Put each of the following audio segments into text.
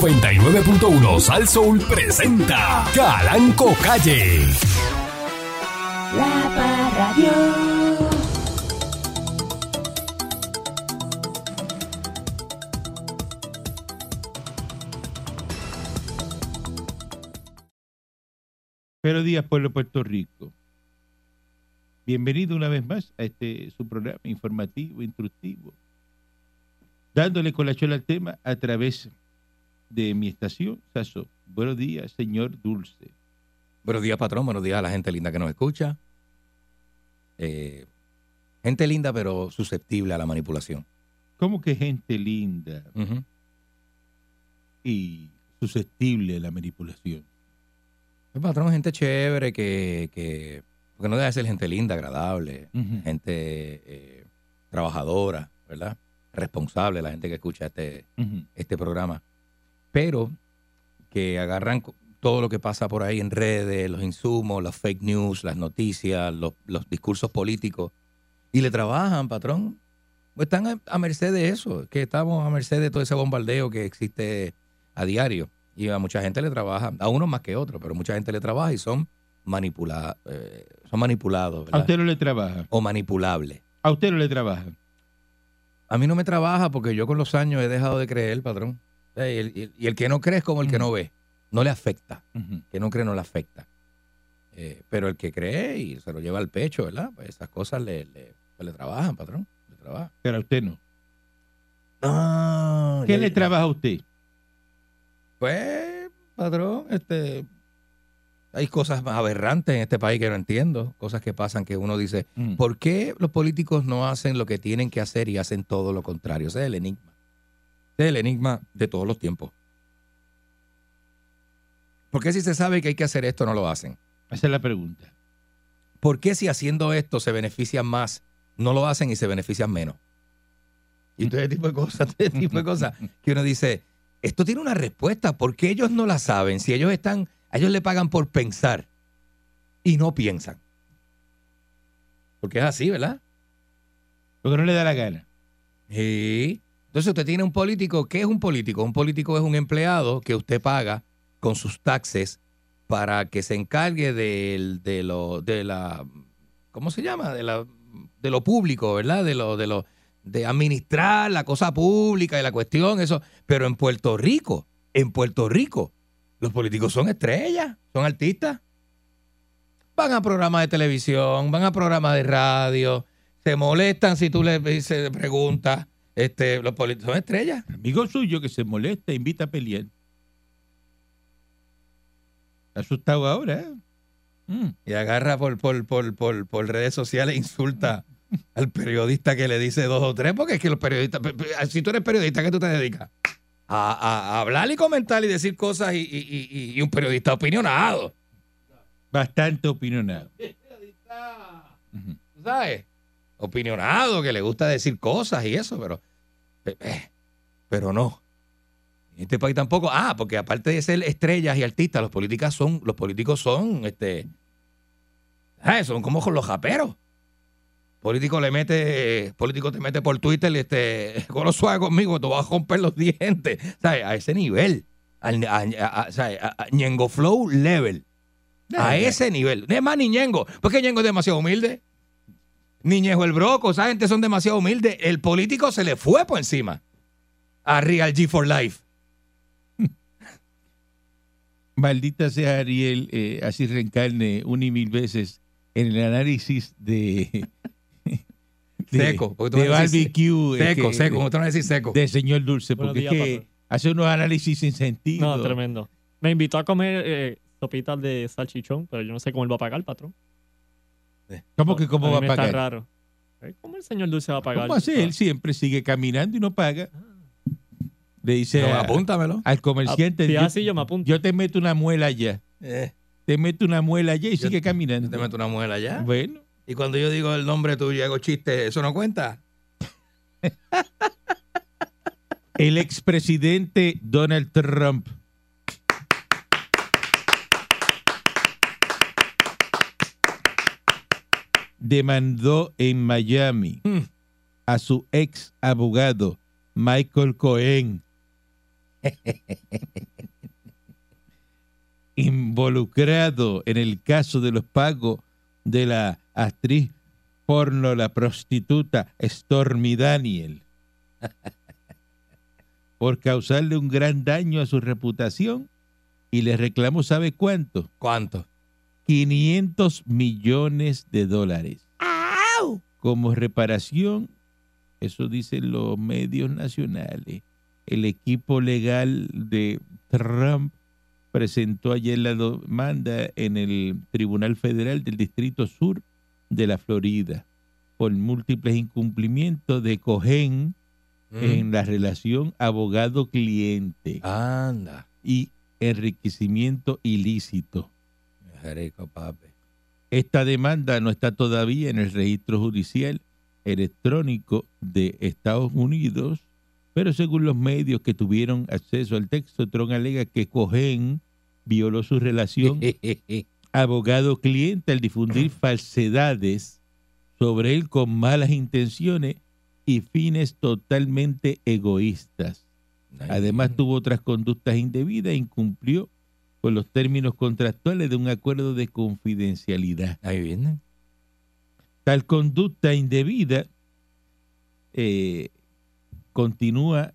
99.1 Sal Soul presenta Calanco Calle. La Parradio. Buenos días, pueblo de Puerto Rico. Bienvenido una vez más a este su programa informativo, instructivo, dándole colación al tema a través de mi estación, Saso. Buenos días, señor Dulce. Buenos días, patrón. Buenos días a la gente linda que nos escucha. Eh, gente linda, pero susceptible a la manipulación. ¿Cómo que gente linda Ujú. y susceptible a la manipulación? El Pues, patrón es gente chévere que, que. Porque no deja de ser gente linda, agradable, Ujú. gente eh, trabajadora, ¿verdad? Responsable, la gente que escucha este, Ujú. este programa. Pero que agarran co- todo lo que pasa por ahí en redes, los insumos, las fake news, las noticias, los, los discursos políticos, y le trabajan, patrón. Pues están a, a merced de eso, que estamos a merced de todo ese bombardeo que existe a diario. Y a mucha gente le trabaja, a unos más que otros, pero mucha gente le trabaja y son, manipula, eh, son manipulados, A ¿verdad? usted no le trabaja. O manipulables. A usted no le trabaja. A mí no me trabaja porque yo con los años he dejado de creer, patrón. Eh, Y el, y el- y el que no cree es como el que no ve. No le afecta. Ujú. Que no cree no le afecta. Eh, pero el que cree y se lo lleva al pecho, ¿verdad? Pues esas cosas le, le, pues le trabajan, patrón. Le trabajan. Pero a usted no. No. ¿Qué le trabaja a usted? Pues, patrón, este, hay cosas más aberrantes en este país que no entiendo. Cosas que pasan que uno dice, Ujú. ¿Por qué los políticos no hacen lo que tienen que hacer y hacen todo lo contrario? Ese es el enigma. Ese es el enigma de todos los tiempos. ¿Por qué si se sabe que hay que hacer esto no lo hacen? Esa es la pregunta. ¿Por qué si haciendo esto se benefician más, no lo hacen y se benefician menos? Y todo ese tipo de cosas, todo ese tipo de cosas que uno dice, esto tiene una respuesta, ¿por qué ellos no la saben? Si ellos están, a ellos le pagan por pensar y no piensan. Porque es así, ¿verdad? Lo que no le da la gana. Sí. Entonces usted tiene un político. ¿Qué es un político? Un político es un empleado que usted paga con sus taxes para que se encargue del- de, lo, de la, ¿cómo se llama? De, la, de lo público, ¿verdad? De lo, de lo, de administrar la cosa pública y la cuestión, eso. Pero en Puerto Rico, en Puerto Rico, los políticos son estrellas, son artistas. Van a programas de televisión, van a programas de radio, se molestan si tú le dices- preguntas. Este, los políticos son estrellas. Amigo suyo que se molesta, invita a pelear. Asustado ahora, ¿eh? Mm. Y agarra por, por, por, por, por redes sociales, insulta al periodista que le dice dos o tres, porque es que los periodistas, pe- pe- si tú eres periodista, ¿a qué tú te dedicas? A, a- a hablar y comentar y decir cosas y, y- y- y- y un periodista opinionado, Bastante opinionado. Ujú. ¿tú ¿sabes? Opinionado, que le gusta decir cosas y eso, pero, pe- eh, pero no. En este país tampoco. Ah, porque aparte de ser estrellas y artistas, los políticas son, los políticos son, este, ah, son como con los japeros. Político le mete, político te mete por Twitter, este, con los suave conmigo, te vas a romper los dientes, ¿sabes? A ese nivel, al, a, a- a- ¿sabes? A- a- Ñengo Flow level, a ese nivel. No es más ni Ñengo, porque Ñengo es demasiado humilde. Ni Ñejo el Broco, esa gente son demasiado humildes. El político se le fue por encima a Real G for Life. Maldita sea Ariel, eh, así reencarne una y mil veces en el análisis de. Seco, porque tú de vas a decir barbecue. eh, Seco, que- seco, como tú no decís seco. De, señor Dulce, Buenos porque días, es que patrón. hace unos análisis sin sentido. No, tremendo. Me invitó a comer eh, sopitas de salchichón, pero yo no sé cómo él va a pagar, patrón. ¿Cómo que cómo A mí va a me pagar? Está raro. Eh, ¿Cómo el Ah. señor Dulce va a pagar? Ah, ¿Cómo hace? Él siempre sigue caminando y no paga. Le dice No, a- apúntamelo. al comerciante: Si yo, es Ah, así, yo me apunto. yo te meto una muela allá. Eh, Te meto una muela allá y Yo- sigue caminando. yo te meto una mujer allá. Bueno. Y cuando yo digo el nombre tuyo y hago chistes, ¿eso no cuenta? el expresidente Donald Trump. demandó en Miami Mm. a su ex abogado Michael Cohen involucrado en el caso de los pagos de la actriz porno, la prostituta Stormy Daniel, por causarle un gran daño a su reputación y le reclamó, ¿sabe cuánto? ¿Cuánto? 500 millones de dólares. Como reparación, eso dicen los medios nacionales, el equipo legal de Trump presentó ayer la demanda en el Tribunal Federal del Distrito Sur de la Florida por múltiples incumplimientos de Cohen Mm. en la relación abogado-cliente Anda. y enriquecimiento ilícito. Rico, papi. Esta demanda no está todavía en el registro judicial electrónico de Estados Unidos, pero según los medios que tuvieron acceso al texto, Tron alega que Cohen violó su relación Eh, abogado-cliente al difundir falsedades sobre él con malas intenciones y fines totalmente egoístas. Además tuvo otras conductas indebidas e incumplió con los términos contractuales de un acuerdo de confidencialidad. Ahí vienen. Tal conducta indebida eh, continúa,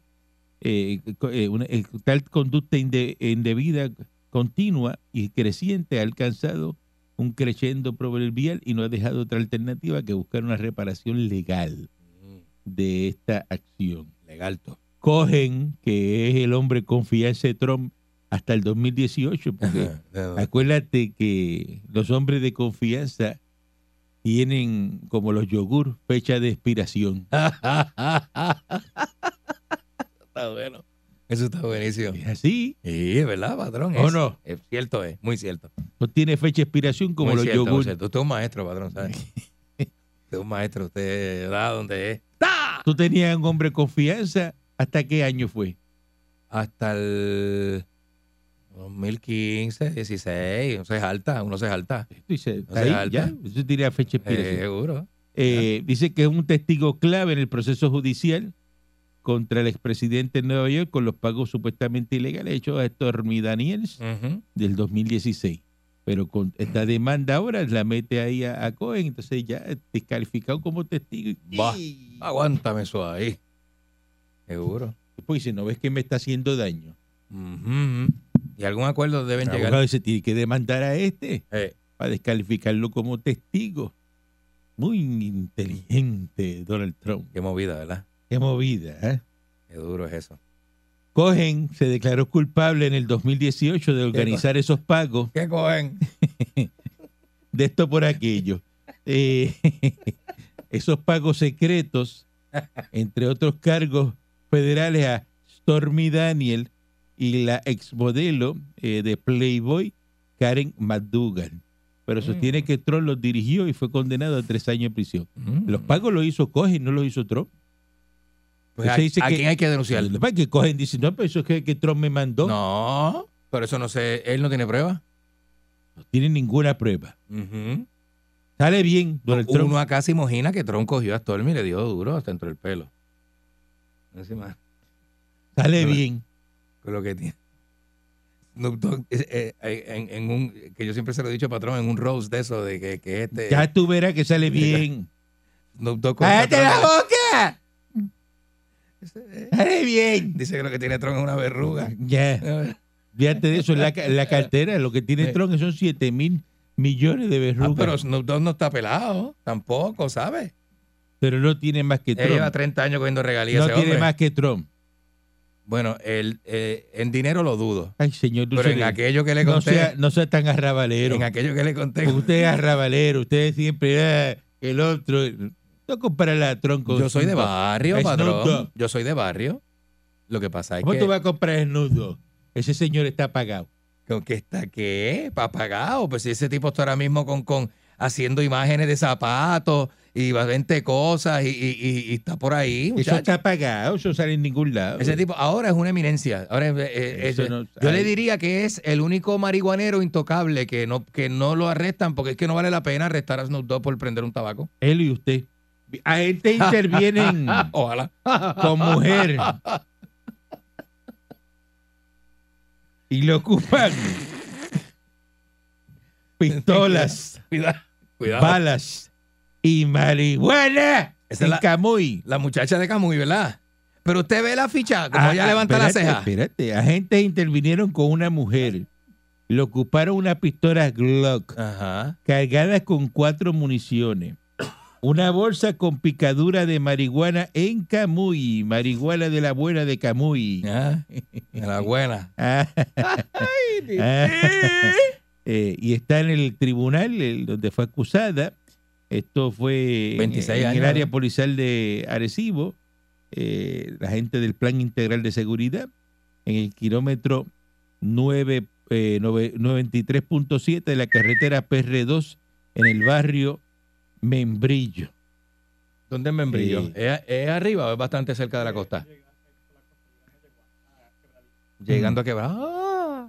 eh, co- eh, una- eh, tal conducta inde- indebida continua y creciente ha alcanzado un crescendo proverbial y no ha dejado otra alternativa que buscar una reparación legal de esta acción. Legal todo. Cohen, que es el hombre confianza de Trump hasta el 2018, porque Ah, Acuérdate que los hombres de confianza tienen, como los yogur, fecha de expiración. está bueno. Eso está buenísimo. Es así, Sí, es verdad, patrón. ¿O Es- no? Es cierto, es muy cierto. no tiene fecha de expiración como muy los cierto, muy yogur. cierto. Usted es un maestro, patrón, ¿sabes? usted es un maestro, usted da donde es. Tú tenías un hombre de confianza, ¿hasta qué año fue? Hasta el 2015, 16, uno se jalta, uno se jalta. Esto dice, sea, ¿está ahí, alta. ya, eso tenía fecha de Eh, expiración. seguro. Eh, dice que es un testigo clave en el proceso judicial contra el expresidente de Nueva York con los pagos supuestamente ilegales hechos a Stormy Daniels. Ujú. del 2016. Pero con esta demanda ahora la mete ahí a, a Cohen, entonces ya descalificado como testigo. Y Va, aguántame eso ahí. Seguro. después dice, no ves que me está haciendo daño. Ujú. Y algún acuerdo deben El llegar. abogado dice, tiene que demandar a este Eh, para descalificarlo como testigo. Muy inteligente Donald Trump. qué movida, ¿verdad? Qué movida, ¿eh? Qué duro es eso. Cohen se declaró culpable en el 2018 de organizar esos pagos ¿Qué cogen? de esto por aquello. Eh, esos pagos secretos, entre otros cargos federales a Stormy Daniel y la exmodelo eh, de Playboy, Karen McDougall. Pero sostiene que Trump los dirigió y fue condenado a tres años de prisión. Mm. Los pagos los hizo Cohen, no los hizo Trump. Pues a, Usted dice a que- quién hay que denunciar? Lo que pasa es que Cohen dice, no, pero eso es que, que Trump me mandó. No. No, pero eso no sé. Él no tiene prueba. tiene ninguna prueba. Sale bien, Donald Trump. Uno acá se imagina que Trump cogió a Stormy y le dio duro hasta entre el pelo. Encima, Sale Uno- bien. con lo que tiene. Snoop Dogg, eh, eh, en, en un, que yo siempre se lo he dicho, patrón, en un roast de eso, de que, que este. Ya tú verás que sale bien. Snoop Dogg cogió a ¡Cállate Trump la y le- boca! ¡Sale bien! eh, Dice que lo que tiene Trump es una verruga. Ya, fíjate de eso, en la, ca- en la cartera, lo que tiene Sí. Trump son 7 mil millones de Ah, verrugas. pero pero, Snoop Dogg no está pelado, tampoco, ¿sabes? no tiene más que Él lleva Trump. 30 años cogiendo regalías. No ese tiene hombre. más que Trump. Bueno, él, eh, en dinero lo dudo. Ay, señor, tú Pero en eres- aquello que le no, conté, sea, no sea tan arrabalero. en aquello que le conté, Porque Usted es arrabalero, usted siempre ah, el otro. No comparar a Trump con yo soy de Snoop Dogg. barrio, Snoop patrón. Dogg. Yo soy de barrio. Lo que pasa es ¿Cómo que, tú vas a comprar desnudo? Ese señor está pagado. con que está qué, papagado. Pues si ese tipo está ahora mismo con, con haciendo imágenes de zapatos y va 20 cosas y, y- y- y está por ahí, Eso muchacho. está pagado, eso no sale en ningún lado. Ese tipo ahora es una eminencia. Ahora es- eh, Eso es- no- yo le ay. diría que es el único marihuanero intocable que no, que no lo arrestan porque es que no vale la pena arrestar a Snoop Dogg por prender un tabaco. Ah, Él y usted. A él te intervienen Ojalá. con mujer. Y lo ocupan pistolas, Cuidado. Cuidado. balas y marihuana Esa en la- Camuy. La muchacha de Camuy, ¿verdad? Pero usted ve la ficha, como Ah, ella levanta espérate, la ceja. Espérate, agentes intervinieron con una mujer. Le ocuparon una pistola Glock Ajá. cargada con cuatro municiones. Una bolsa con picadura de marihuana en Camuy, marihuana de la abuela de Camuy. Ah, Enhorabuena. Ah, ah, eh, y está en el tribunal el- donde fue acusada. Esto fue en- 26 en, el años, área ¿no? policial de Arecibo, eh, la gente del Plan Integral de Seguridad, en el kilómetro 9, eh, 9 93.7 de la carretera PR2 en el barrio Membrillo. ¿Dónde es Membrillo? Sí. ¿Es, es arriba o es bastante cerca de la costa? Llegando a quebrar. Mm. Ah,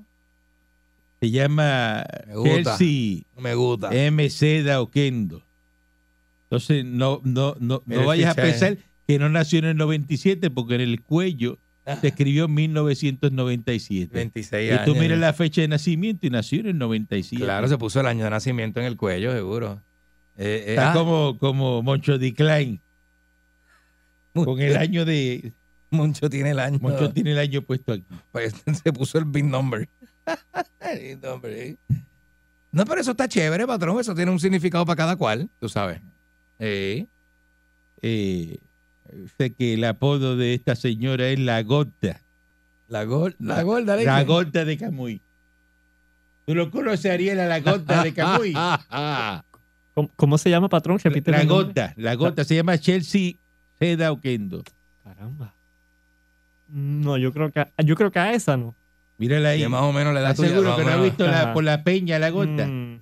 Se llama Me gusta. Chelsea no me gusta. MC Daoquendo. Entonces, no, no, no, Mira no el vayas a fichaje. pensar que no nació en el 97, porque en el cuello se escribió en 1997. 26 Y años. tú miras la fecha de nacimiento y nació en el 97. Claro, se puso el año de nacimiento en el cuello, seguro. Eh, eh, Está ah, como, como Moncho D. Klein, con el año de... Moncho tiene el año. Moncho tiene el año puesto aquí. Pues, se puso el big number. El big number, ¿eh? No, pero eso está chévere, patrón. Eso tiene un significado para cada cual, tú sabes. Eh, Eh, sé que el apodo de esta señora es La Gota. la, gol, la gorda, le La dicen. Gota de Camuy. ¿Tú lo conoces, Ariel, a La Gota de Camuy? ¿Cómo, cómo se llama, patrón? Repite La el nombre. gota, la gota. Se llama Chelsea Seda Oquendo. Caramba. No, yo creo que, yo creo que a esa no. Mírala ahí. Que más o menos le da ¿Estás tuya, seguro más o que no has menos. visto la, Ajá. por la peña la gota? Mm,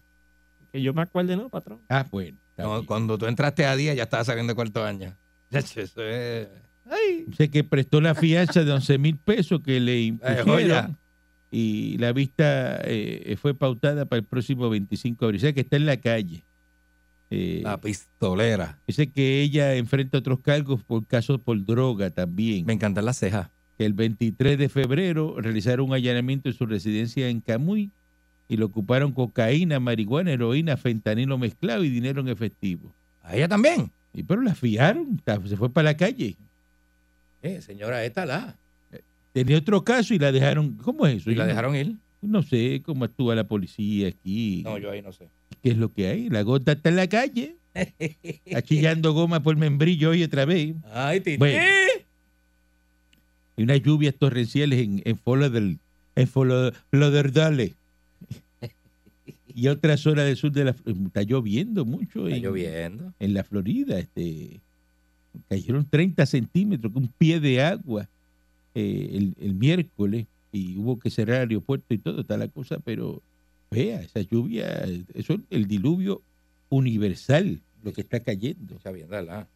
que yo me acuerde, ¿no, patrón? Ah, bueno. está No, bien. cuando tú entraste a día ya estaba saliendo de cuarto año. Ya, che, Eso es... Ay. Dice que prestó la fianza de 11 mil pesos que le impusieron. Eh, joya. y la vista eh, fue pautada para el próximo 25 de abril. O sea que está en la calle. Eh, La pistolera. dice que ella enfrenta otros cargos por casos por droga también. Me encantan las cejas. que el 23 de febrero realizaron un allanamiento en su residencia en Camuy y le ocuparon cocaína, marihuana, heroína, fentanilo mezclado y dinero en efectivo. A ella también. Y pero la fiaron, ta- se fue para la calle. Eh, señora, esta la. Tenía otro caso y la dejaron. ¿Cómo es eso? Y Yo la no- dejaron ir. No sé cómo actúa la policía aquí. No, yo ahí no sé. ¿Qué es lo que hay? La gota está en la calle. Está chillando goma por membrillo hoy otra vez. Ay, titi. Bueno. Y unas lluvias torrenciales en, en Fort Lauderdale- en Fort Laud- Lauderdale. Y otras zonas del sur de la Fl- Está lloviendo mucho Está en, lloviendo. en la Florida. Este, cayeron 30 centímetros, un pie de agua eh, el, el miércoles. Y hubo que cerrar el aeropuerto y todo, está la cosa, pero vea, esa lluvia, eso es el diluvio universal, lo que está cayendo. Está bien, ¿verdad?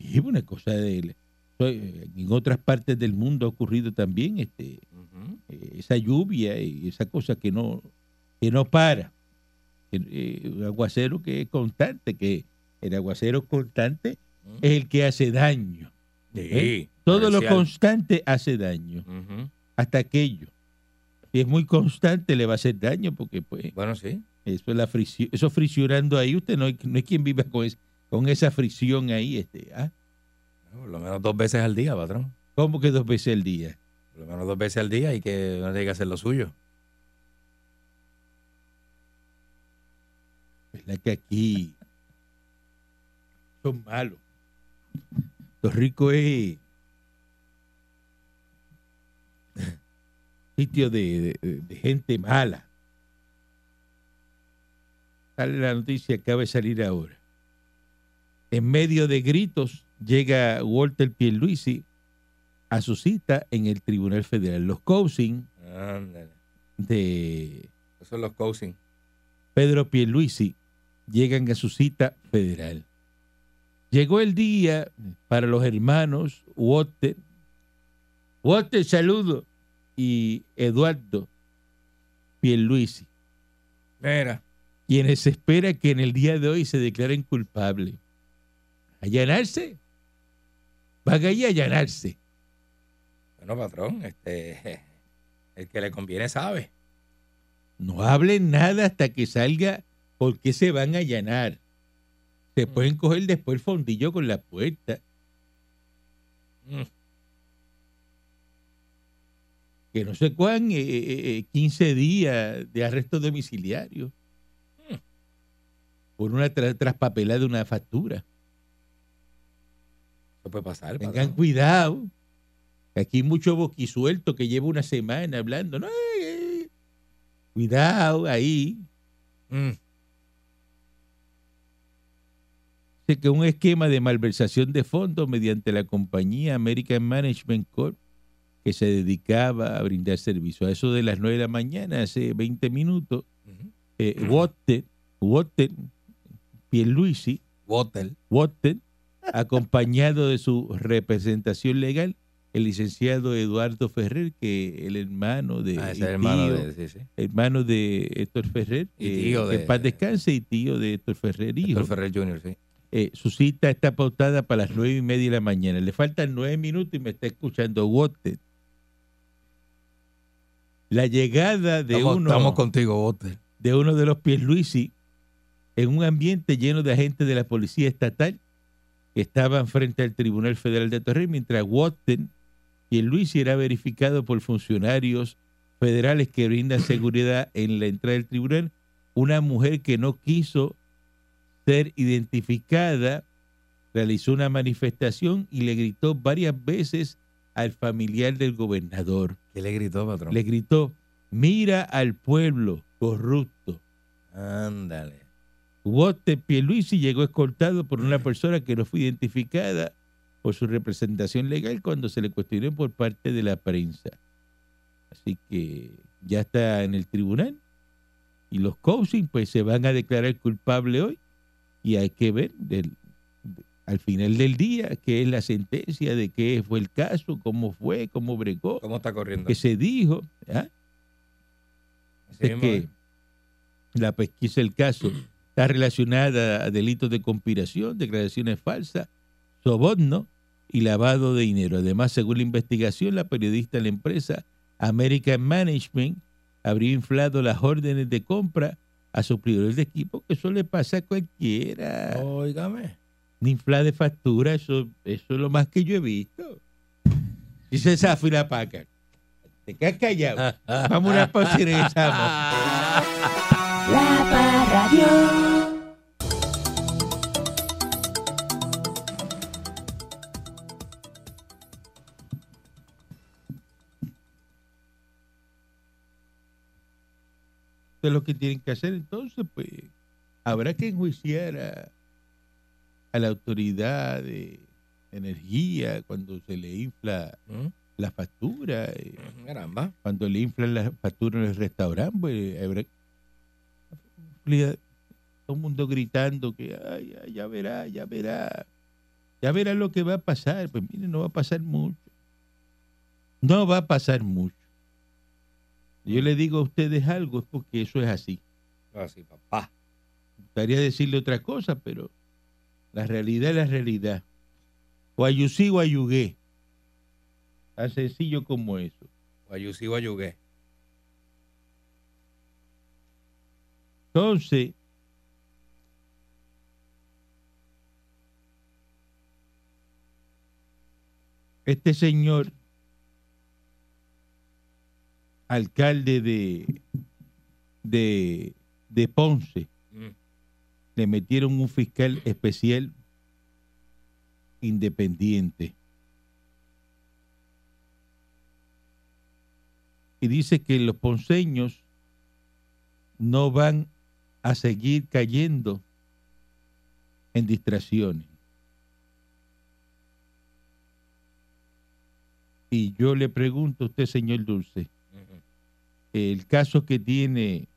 Y es una cosa de... pues, En otras partes del mundo ha ocurrido también este, Ujú. eh, esa lluvia y esa cosa que no, que no para. El, eh, un aguacero que es constante, que el aguacero constante Ujú. es el que hace daño. ¿eh? Todo lo comercial. constante hace daño, Ujú. hasta aquello. Si es muy constante le va a hacer daño porque pues Bueno, sí. eso es la fricción, eso friccionando ahí, usted no hay, no hay quien viva con, es- con esa fricción ahí, este, ¿ah? Por lo menos dos veces al día, patrón. ¿Cómo que dos veces al día? Por lo menos dos veces al día y que no tiene que hacer lo suyo. ¿Verdad que aquí son malos? Puerto Rico es sitio de, de- de gente mala. Sale la noticia, acaba de salir ahora. En medio de gritos llega Walter Pierluisi a su cita en el Tribunal Federal. Los coaching Ándale. de Esos son los coaching. Pedro Pierluisi llegan a su cita federal. Llegó el día para los hermanos Walter, Walter Saludo y Eduardo Pierluisi, Mira. quienes se espera que en el día de hoy se declaren culpables. ¿Allanarse? Van ahí a allanarse. Bueno, patrón, este, el que le conviene sabe. No hablen nada hasta que salga ¿Por qué se van a allanar? Se pueden coger después el fondillo con la puerta. Mm. Que no se cuán eh, 15 días de arresto domiciliario por una tra- traspapelada de una factura. Eso puede pasar. Tengan patrón. cuidado. que Aquí hay mucho boquisuelto que lleva una semana hablando. No, eh, eh. Cuidado ahí. Mm. Dice que un esquema de malversación de fondos mediante la compañía American Management Corp, que se dedicaba a brindar servicio. A eso de las 9 de la mañana, hace 20 minutos, Ujú. eh, Water, Water, Pierluisi, Botel. Water, acompañado de su representación legal, el licenciado Eduardo Ferrer, que el hermano de, Ah, ese es y el hermano tío, de. Sí, sí. hermano de Héctor Ferrer, Y eh, tío que de- en paz descanse y tío de Héctor Ferrer, hijo. Héctor Ferrer Jr., sí. Eh, su cita está pautada para las nueve y media de la mañana. Le faltan nueve minutos y me está escuchando Water. La llegada de estamos, uno estamos contigo, Botel. de uno de los Pierluisi en un ambiente lleno de agentes de la policía estatal que estaban frente al Tribunal Federal de Torrey, mientras Watson Pierluisi era verificado por funcionarios federales que brindan seguridad en la entrada del tribunal, una mujer que no quiso ser identificada realizó una manifestación y le gritó varias veces al familiar del gobernador. ¿Qué le gritó, patrón? Le gritó, mira al pueblo corrupto. Ándale. Walter Pierluisi llegó escoltado por una persona que no fue identificada por su representación legal cuando se le cuestionó por parte de la prensa. Así que ya está en el tribunal y los coaching pues se van a declarar culpable hoy y hay que ver del- de- al final del día qué es la sentencia, de qué fue el caso, cómo fue, cómo bregó, ¿Cómo está corriendo? qué se dijo. ¿ah? Así es mismo, que ¿eh? la pesquisa del caso está relacionada a delitos de conspiración, declaraciones falsas, soborno y lavado de dinero. Además, según la investigación, la periodista de la empresa American Management habría inflado las órdenes de compra a suppliadores de equipo, que eso le pasa a cualquiera. ¿eh? Oh. Óigame. Ni inflar de factura, eso, eso es lo más que yo he visto. Dice Safi la paca. Te quedas callado. Vamos a una pausa y regresamos. La Parradio. de lo que tienen que hacer. Entonces, pues, habrá que enjuiciar a, a la autoridad de energía cuando se le infla Mm, la factura, eh, Caramba. cuando le inflan la factura en el restaurante, pues, habrá todo el mundo gritando que "Ay, ay, ya verá, ya verá, ya verá lo que va a pasar. Pues mire, no va a pasar mucho. No va a pasar mucho. Yo le digo a ustedes algo, es porque eso es así. Así, papá. gustaría decirle otra cosa, pero la realidad es la realidad. Guayusí, guayugué. Tan sencillo como eso. Guayusí, guayugué. Entonces, este señor, alcalde de, de, de Ponce, Mm. le metieron un fiscal especial independiente. Y dice que los ponceños no van a seguir cayendo en distracciones. Y yo le pregunto a usted, señor Dulce, Ujú. el caso que tiene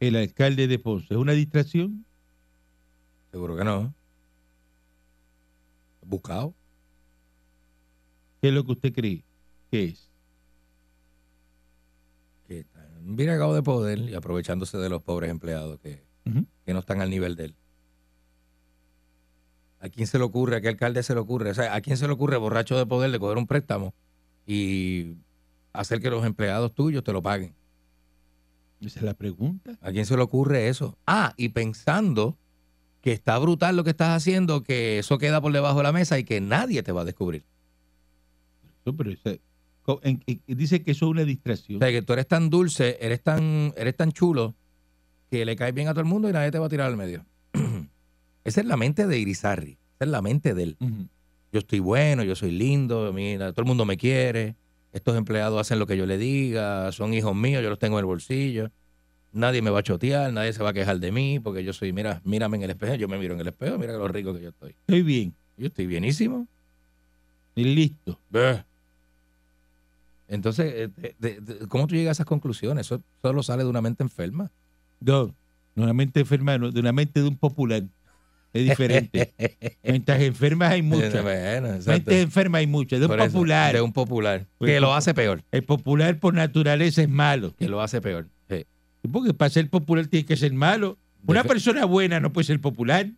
el alcalde de Ponce, ¿es una distracción? Seguro que no. Buscado. ¿Qué es lo que usted cree que es? Que está viragado de poder y aprovechándose de los pobres empleados que, Ujú. que no están al nivel de él. ¿A quién se le ocurre? ¿A qué alcalde se le ocurre? O sea, ¿a quién se le ocurre borracho de poder de coger un préstamo y hacer que los empleados tuyos te lo paguen. Esa es la pregunta. ¿A quién se le ocurre eso? Ah, y pensando que está brutal lo que estás haciendo, que eso queda por debajo de la mesa y que nadie te va a descubrir. No, pero esa- co- en- en- dice que eso es una distracción. O sea, que tú eres tan dulce, eres tan, eres tan chulo, que le caes bien a todo el mundo y nadie te va a tirar al medio. Esa es la mente de Irizarry. Esa es la mente de él. Ujú. Yo estoy bueno, yo soy lindo, mira, todo el mundo me quiere. Estos empleados hacen lo que yo le diga, son hijos míos, yo los tengo en el bolsillo. Nadie me va a chotear, nadie se va a quejar de mí, porque yo soy, mira, mírame en el espejo, yo me miro en el espejo, mira lo rico que yo estoy. Estoy bien. Yo estoy bienísimo. Y listo. Ve. Entonces, eh, de- de- de- ¿cómo tú llegas a esas conclusiones? Eso solo sale de una mente enferma. No, no una mente enferma, no, de una mente de un popular. Es diferente. Mentes enfermas hay muchas. Bueno, exacto. Mentes enfermas hay muchas. De un Por eso, popular. de un popular. Por que eso. lo hace peor. El popular por naturaleza es malo. Que lo hace peor. Sí. Porque para ser popular tiene que ser malo. Una Defe- persona buena no puede ser popular.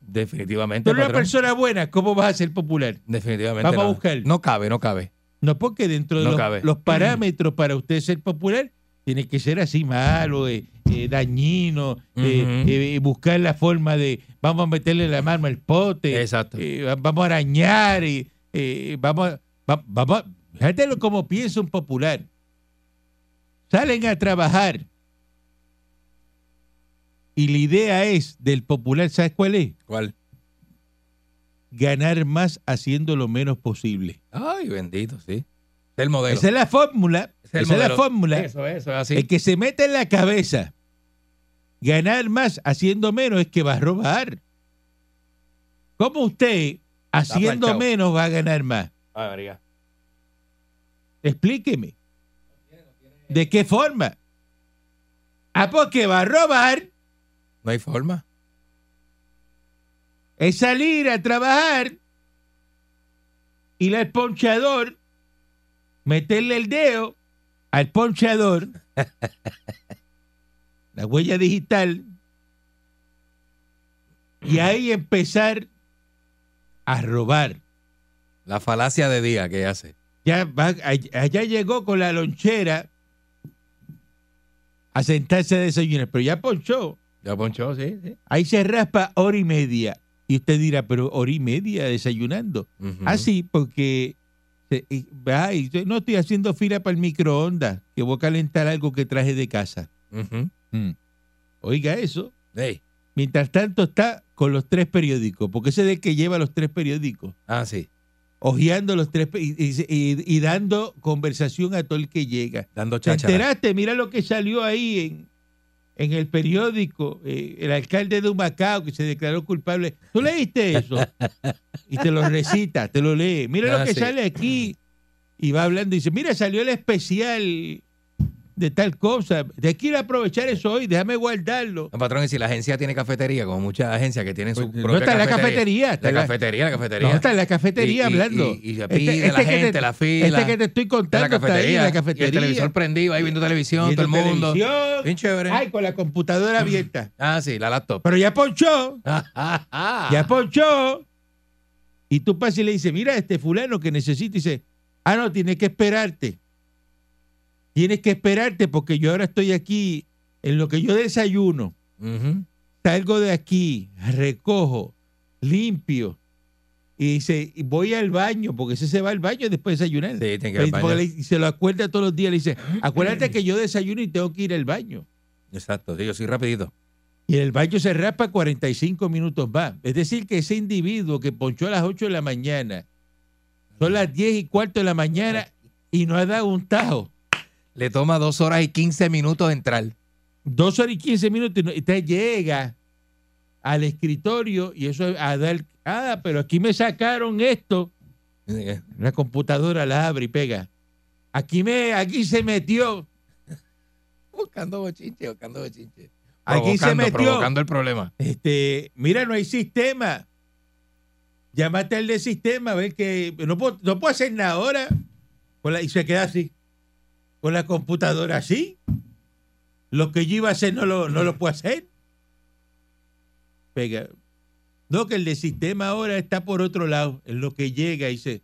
Definitivamente. Pero una patrón. persona buena, ¿cómo vas a ser popular? Definitivamente. Vamos a no. buscar. No cabe, no cabe. No, porque dentro de No los, cabe. los parámetros para usted ser popular, tiene que ser así malo, eh, eh, dañino, eh, Ujú. eh, buscar la forma de vamos a meterle la mano al pote, Exacto. eh, va- vamos a arañar, y, eh, vamos, a- va- vamos, a- fíjate lo como piensa un popular. Salen a trabajar. Y la idea es del popular, ¿sabes cuál es? ¿Cuál? Ganar más haciendo lo menos posible. Ay, bendito, sí. Es el modelo. Esa es la fórmula. Es Esa el es la modelo. fórmula. Eso, eso, es así. El que se mete en la cabeza ganar más haciendo menos es que va a robar. ¿Cómo usted haciendo planchado. menos va a ganar más? Ay, María. Explíqueme. ¿De qué forma? Ah, porque va a robar No hay forma. es salir a trabajar y al ponchador, meterle el dedo al ponchador, la huella digital, y ahí empezar a robar. La falacia de día que hace. Ya va- all- allá llegó con la lonchera a sentarse a desayunar, pero ya ponchó. Ya ponchó, sí, sí. Ahí se raspa hora y media. Y usted dirá, pero hora y media desayunando. Ujú. Así, porque se- y- ay, yo no estoy haciendo fila para el microondas, que voy a calentar algo que traje de casa. Ujú. Oiga eso. Ey. Mientras tanto está con los tres periódicos, porque ese es el que lleva los tres periódicos, Ah, sí. hojeando los tres pe- y, y- y- y dando conversación a todo el que llega. Dando ¿Te cháchara. enteraste? Mira lo que salió ahí en, en el periódico, eh, el alcalde de Humacao que se declaró culpable. ¿Tú leíste eso? Y te lo recita, te lo lee. Mira Ah, lo que sí. sale aquí. Y va hablando y dice, mira, salió el especial de tal cosa. De aquí ir a aprovechar eso hoy, déjame guardarlo. No, patrón, y si la agencia tiene cafetería, como muchas agencias que tienen su Pues, propia no está en la cafetería, está La en la- cafetería, la cafetería. No, está en la cafetería Y- y- hablando. y- y se pide la que gente, la fila. Este que te Está estoy en la contando está ahí en la cafetería. Y cafetería. el televisor prendido, ahí viendo televisión, Viendo todo el mundo. televisión. Bien chévere. Ay, con la computadora abierta. Ah, sí, la laptop. Pero ya ponchó. Ah, ah, ah. Ya ponchó. Y tú pasas y le dices, mira, este fulano que necesita. Y dice, ah, no, tienes que esperarte. Tienes que esperarte porque yo ahora estoy aquí en lo que yo desayuno. Ujú. Salgo de aquí, recojo, limpio. Y dice, y voy al baño, porque ese se va al baño después de desayunar. Sí, tiene que ir al Porque baño. le- y se lo acuerda todos los días. Le dice, acuérdate que yo desayuno y tengo que ir al baño. Exacto, sí, yo soy rapidito. Y el baño se raspa 45 minutos más. Es decir, que ese individuo que ponchó a las 8 de la mañana, son las 10 y cuarto de la mañana y no ha dado un tajo. Le toma dos horas y 15 minutos entrar. Dos horas y 15 minutos y no- y usted llega al escritorio y eso a dar. Ah, pero aquí me sacaron esto. La computadora la abre y pega. Aquí, me, aquí se metió. Buscando bochinche, buscando bochinche. Aquí se metió. Provocando el problema. Este, mira, no hay sistema. Llámate al de sistema, a ver que no puedo, no puedo hacer nada ahora. Con la- y se queda así. Con la computadora así. Lo que yo iba a hacer no lo, no lo puedo hacer. Pega. No, que el de sistema ahora está por otro lado. En lo que llega y dice,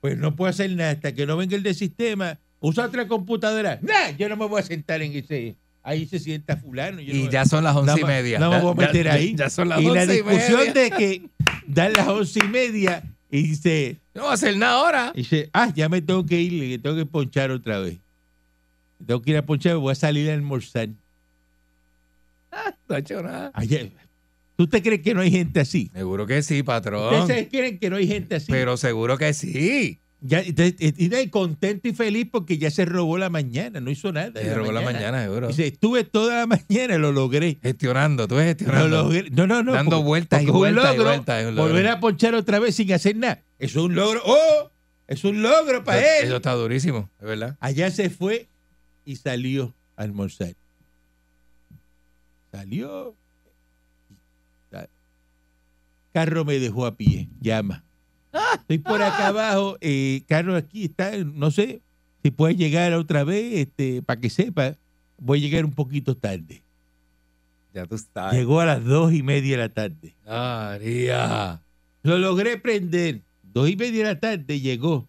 pues no puedo hacer nada hasta que no venga el de sistema usa otra computadora. Nah, yo no me voy a sentar en ese. Ahí se sienta fulano. yo Y no- ya son las once y Nada más- media. nada más Ya- voy a meter ya- ahí. Ya son las y la once y discusión media. de que dan las once y media y dice, No va a hacer nada ahora. y dice, ah, ya me tengo que ir, le tengo que ponchar otra vez. Tengo que ir a ponchar, voy a salir a almorzar. No ha hecho nada. Ay, ¿Tú te crees que no hay gente así? Seguro que sí, patrón. Ustedes creen que no hay gente así. Pero seguro que sí. Ya, entonces, eh, y de- contento y feliz porque ya se robó la mañana, no hizo nada. en Se robó la mañana, seguro. Dice, estuve toda la mañana, lo logré. Gestionando, tú Lo gestionando. logré. No, no, no. Dando porque- vueltas y porque es un vueltas y logro vueltas, es un logro. Volver a ponchar otra vez sin hacer nada. Eso es un logro. ¡Oh! Es un logro para Eso- él. Eso está durísimo, es verdad. Allá se fue y salió a almorzar. Salió. Sa- Carro me dejó a pie, llama. Estoy por acá abajo, eh, Carro aquí está, no sé si puede llegar otra vez, este, para que sepa, voy a llegar un poquito tarde. Ya tú sabes. Llegó a las dos y media de la tarde. María. Lo logré prender. Dos y media de la tarde llegó.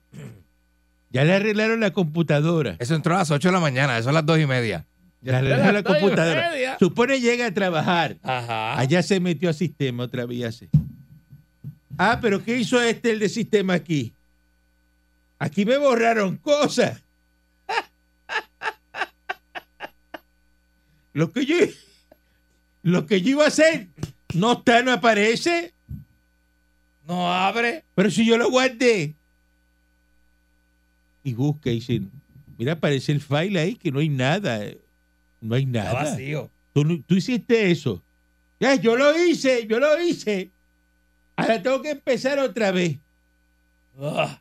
Ya le arreglaron la computadora. Eso entró a las 8 de la mañana, eso a las 2 y media. Le arreglaron la Dos y computadora. media. Supone llega a trabajar. Ajá. Allá se metió a sistema otra vez. ya sé. Ah, pero ¿qué hizo este el de sistema aquí? Aquí me borraron cosas. Lo que yo, lo que yo iba a hacer no está, no aparece. No abre. Pero si yo lo guardé. Y busca y dice, mira, aparece el file ahí que no hay nada. eh, No hay nada. Está vacío. Tú, no- tú hiciste eso. Ya, yo lo hice, yo lo hice. Ahora tengo que empezar otra vez. Ah,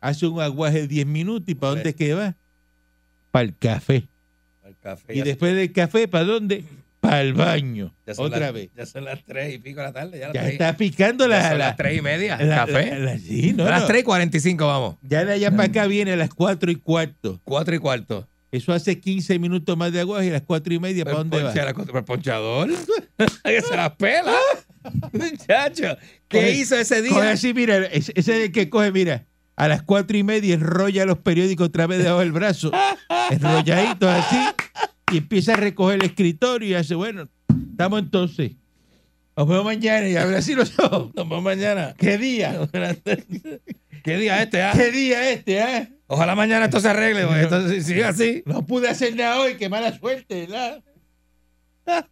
Hace un aguaje de 10 minutos y ¿para Sí. dónde es que va? Para el café. el café Y ya- después del café, ¿para dónde? Para el baño. ya son Otra las- vez. Ya son las 3 y pico de la tarde. Ya, las Ya tres- está picando ya la, son la- las 3 y media. la- café. la- la- sí, no, a las no. 3 y 45 vamos. Ya de allá para acá viene a las 4 y cuarto. 4 y cuarto. Eso hace 15 minutos más de aguaje y a las 4 y media, ¿para El dónde va? ponche- la cosa- el ponchador. que se las pela. Muchacho. ¿Qué Coge- hizo ese Coge día? así, mira, ese ese es el que coge, mira, a las cuatro y media enrolla los periódicos otra vez debajo del brazo, enrolladitos así, y empieza a recoger el escritorio y hace, bueno, estamos entonces. Nos vemos mañana y ahora sí los ojos. Nos vemos mañana. ¿Qué día? ¿Qué día este? ah? ¿Qué día este, ah? Ojalá mañana esto se arregle. porque esto si- sigue así. No pude hacer nada hoy, qué mala suerte, ¿verdad?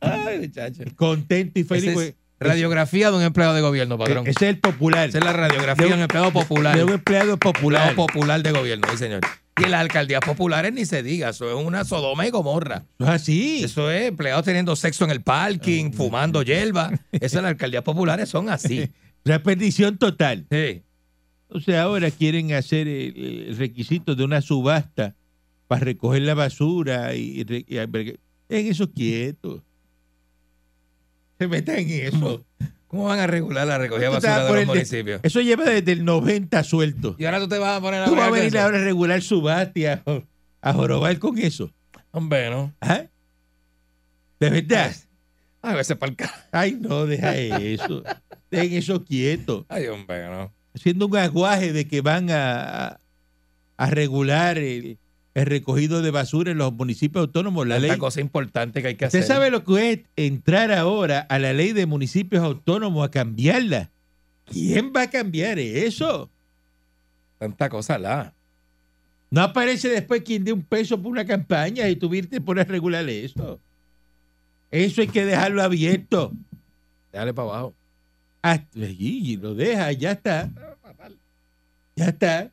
Ay, muchacho. Contento y feliz. Esa pues, es radiografía de un empleado de gobierno, patrón. ese es el popular. Esa es la radiografía de un empleado popular. De un empleado popular. Empleado popular de gobierno, sí, señor. Y en las alcaldías populares ni se diga, eso es una Sodoma y Gomorra. Eso es así. Eso es empleados teniendo sexo en el parking, fumando hierba. Esas las alcaldías populares son así. La perdición total. Sí. Entonces ahora quieren hacer el, el requisito de una subasta para recoger la basura y, re- y albergue- en eso quieto. Se metan en eso. ¿Cómo van a regular la recogida de Tú te vas basura a de los poner de- municipios? Eso lleva desde el 90 suelto. Y ahora tú te vas a poner a Tú vas bregar a con venir eso. ahora a regular subasta y a, jor- a jorobar con eso. Hombre, ¿no? ¿Ah? ¿De verdad? A veces para el ca- Ay, no, deja eso. Dejen eso quieto. Ay, hombre, ¿no? haciendo un aguaje de que van a, a- a regular el, el recogido de basura en los municipios autónomos. La Tanta ley. cosa importante que hay que hacer. Usted sabe lo que es entrar ahora a la ley de municipios autónomos a cambiarla. ¿Quién va a cambiar eso? Tanta cosa la. No aparece después quien dé un peso por una campaña y tuviste por regular eso. Eso hay que dejarlo abierto. Déjale para abajo. Hasta allí, lo deja, ya está. Ya está.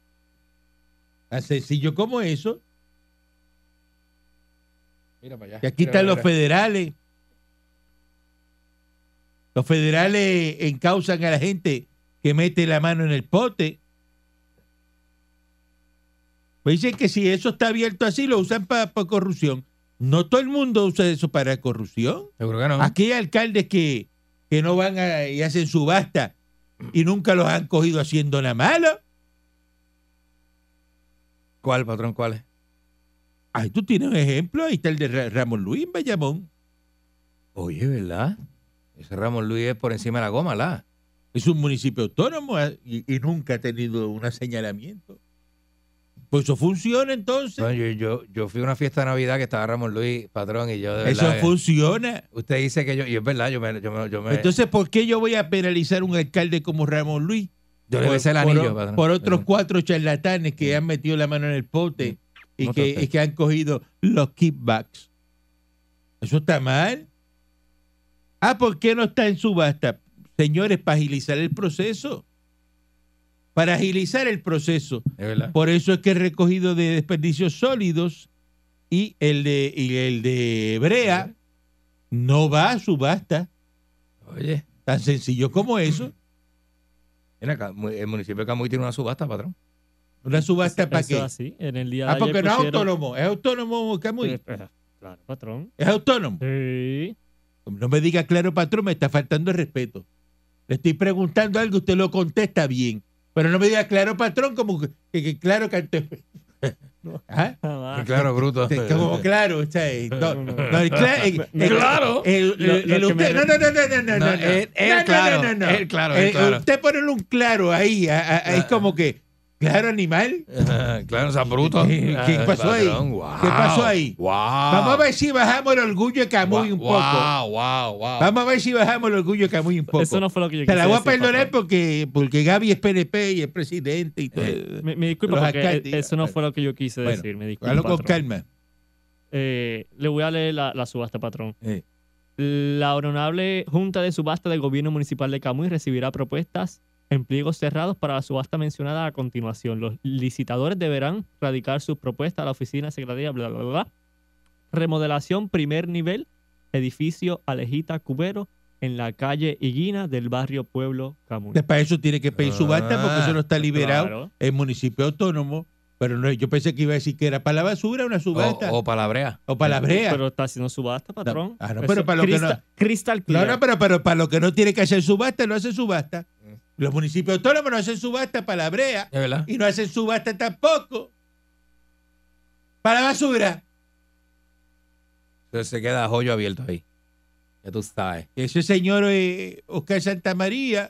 Tan sencillo como eso. Mira para allá. Y aquí Mira, están los mira. federales. Los federales encausan a la gente que mete la mano en el pote. Pues dicen que si eso está abierto así, lo usan para corrupción. No todo el mundo usa eso para corrupción. Seguro que no. Aquí hay alcaldes que, que no van a, y hacen subasta y nunca los han cogido haciendo nada malo. ¿Cuál, patrón? ¿Cuál es? Ay, tú tienes un ejemplo. Ahí está el de Ra- Ramón Luis Bayamón. Oye, ¿verdad? Ese Ramón Luis es por encima de la goma, la. Es un municipio autónomo ah, y, y nunca ha tenido un señalamiento. Pues eso funciona entonces. No, yo, yo, yo fui a una fiesta de Navidad que estaba Ramón Luis, patrón, y yo de eso verdad. funciona. usted dice que yo, y es verdad, yo me. Yo me, yo me- Pues Entonces, ¿por qué yo voy a penalizar a un alcalde como Ramón Luis? Yo le besé el anillo, por, patrón. por otros cuatro charlatanes que han metido la mano en el pote y, No que, trate. y que han cogido los kickbacks. Eso está mal. Ah, ¿por qué no está en subasta? Señores, para agilizar el proceso. Para agilizar el proceso. es verdad. Por eso es que el recogido de desperdicios sólidos y el de, y el de Brea no va a subasta. Oye, Tan sencillo como eso. mira acá, mu- el municipio de Camuy tiene una subasta, patrón. Una subasta para Eso qué. así, en el día Ah, de ayer porque no es pusieron- autónomo. Es autónomo, Camuy. Eh, eh, Claro, patrón. Es autónomo. Sí. No me diga claro, patrón, me está faltando el respeto. Le estoy preguntando algo, usted lo contesta bien. Pero no me diga claro, patrón, como que, que claro que Ajá. Ah, claro, bruto. Te- Como claro, o sea, eh, no, no, el cla- el- Me- el- claro. el- Lo- el- lo el que me- usted- No, no, no, no, no, no, No, no. él- él No, no, claro, no, Eh, no, no. él claro, él El- claro. Usted ponerle un claro ahí, a- a- a- es como que, claro, animal. Ah, claro, o sea, bruto. ¿Qué- qué Ah, pasó ahí? patrón, wow, ¿Qué pasó ahí? Wow. Vamos a ver si bajamos el orgullo de Camuy un poco. Wow, wow, wow. Vamos a ver si bajamos el orgullo de Camuy un poco. Eso no fue lo que yo Te la quise voy a decir, perdonar patrón. porque, porque Gaby es PNP y es presidente y todo. Eh, Me, me disculpa Los porque alcaldes- eh, eso no fue lo que yo quise Bueno, decir. Me disculpa, Hablo con patrón. calma. Eh, le voy a leer la, la subasta, patrón. Eh. La honorable Junta de Subasta del Gobierno Municipal de Camuy recibirá propuestas en pliegos cerrados para la subasta mencionada a continuación. Los licitadores deberán radicar sus propuestas a la oficina secretaria, bla, bla, bla, bla. Remodelación primer nivel, edificio Alejita Cubero, en la calle Higuina del barrio Pueblo Camuy. Para eso tiene que pedir subasta Ah, porque eso no está liberado Claro. en municipio autónomo. Pero no, yo pensé que iba a decir que era para la basura una subasta O, o, o palabrea. para la brea. Pero está haciendo subasta, patrón. Ah, no, pero para lo que Crystal- no- Crystal No, Clear. no, pero, pero para lo que no tiene que hacer subasta, no hacen subasta. Los municipios autónomos no hacen subasta para la brea Es verdad. y no hacen subasta tampoco para la basura. Entonces se queda joyo abierto ahí. Ya tú sabes. Ese señor eh, Oscar Santa María,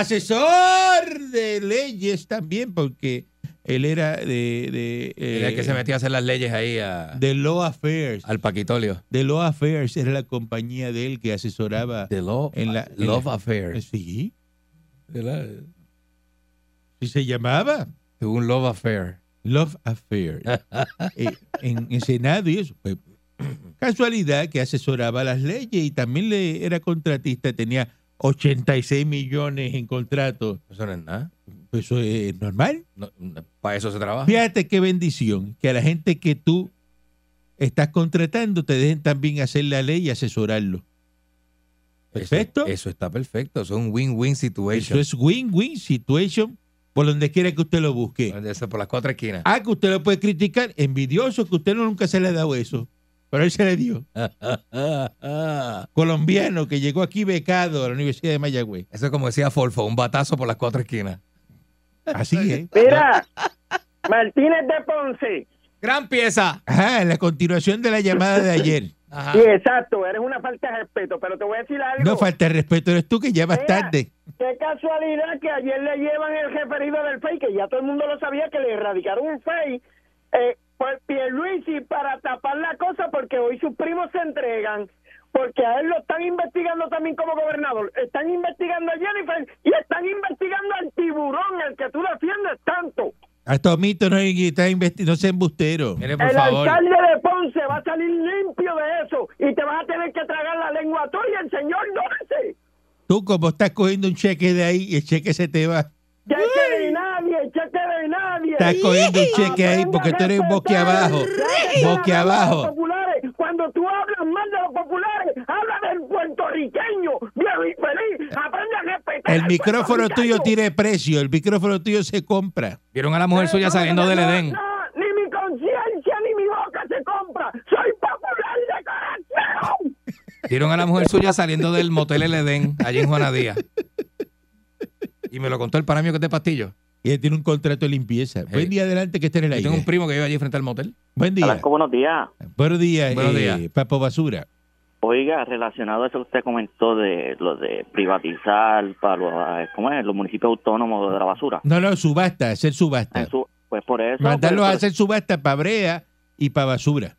asesor de leyes también, porque él era de, de, eh, Era el que se metía a hacer las leyes ahí a- de Law Affairs. al Paquitolio. De Law Affairs era la compañía de él que asesoraba The Love, en la... en love la- Affair. Sí, De la- sí se llamaba Tuvo Un Love Affair. Love Affairs. Eh, en el Senado y eso. Pues, casualidad que asesoraba las leyes y también le era contratista, tenía 86 millones en contratos. Eso no es nada. Pues eso es normal. para eso se trabaja. Fíjate qué bendición que a la gente que tú estás contratando te dejen también hacer la ley y asesorarlo. Eso- Perfecto. Eso, está perfecto. Eso es un win-win Eso situation. es win-win situation por donde quiera que usted lo busque. Eso por las cuatro esquinas. Ah, que usted lo puede criticar. Envidioso que usted no- nunca se le ha dado eso. Pero él se le dio. Colombiano que llegó aquí becado a la Universidad de Mayagüez. Eso es como decía Forfo, un batazo por las cuatro esquinas. Así es. Mira, Martínez de Ponce. ¡Gran pieza! Ajá, la continuación de la llamada de ayer. Ajá. Sí, exacto, eres una falta de respeto, pero te voy a decir algo. No falta de respeto, eres tú que llamas Mira, tarde. Qué casualidad que ayer le llevan el referido del FEI, que ya todo el mundo lo sabía, que le erradicaron un FEI. Eh, pues Pierluisi para tapar la cosa, porque hoy sus primos se entregan, porque a él lo están investigando también como gobernador. Están investigando a Jennifer y están investigando al tiburón, el que tú defiendes tanto. A Tomito no, está investi- no sea embustero. Mire, por El favor. alcalde de Ponce va a salir limpio de eso y te vas a tener que tragar la lengua tú y el señor Dorce. Tú como estás cogiendo un cheque de ahí y el cheque se te va. Cheque de nadie, cheque de nadie. Estás cogiendo un cheque ahí porque tú eres boque abajo. Boque abajo. Populares. Cuando tú hablas mal de los populares, habla del puertorriqueño, viejo y feliz. Aprende a respetar. El al pues, micrófono tuyo puertorriqueño. tiene precio, el micrófono tuyo se compra. Vieron a la mujer suya saliendo del No, Edén. No, ni mi conciencia ni mi boca se compra. Soy popular de corazón. Vieron a la mujer suya saliendo del motel El Edén, allí en Juana Díaz. Y me lo contó el para mío que es de Pastillo. Y él tiene un contrato de limpieza. Buen día adelante que esté en el Yo tengo aire. un primo que vive allí frente al motel. Buen día. buenos días. Buenos días, Buenos eh, días. Papo Basura. Oiga, relacionado a eso que usted comentó de lo de eh, privatizar para los, ¿cómo es? los municipios autónomos de la basura. Ah. No, no, subasta, hacer subasta. En su- Pues por eso. Mandarlos pues, a por- hacer subasta para brea y para basura.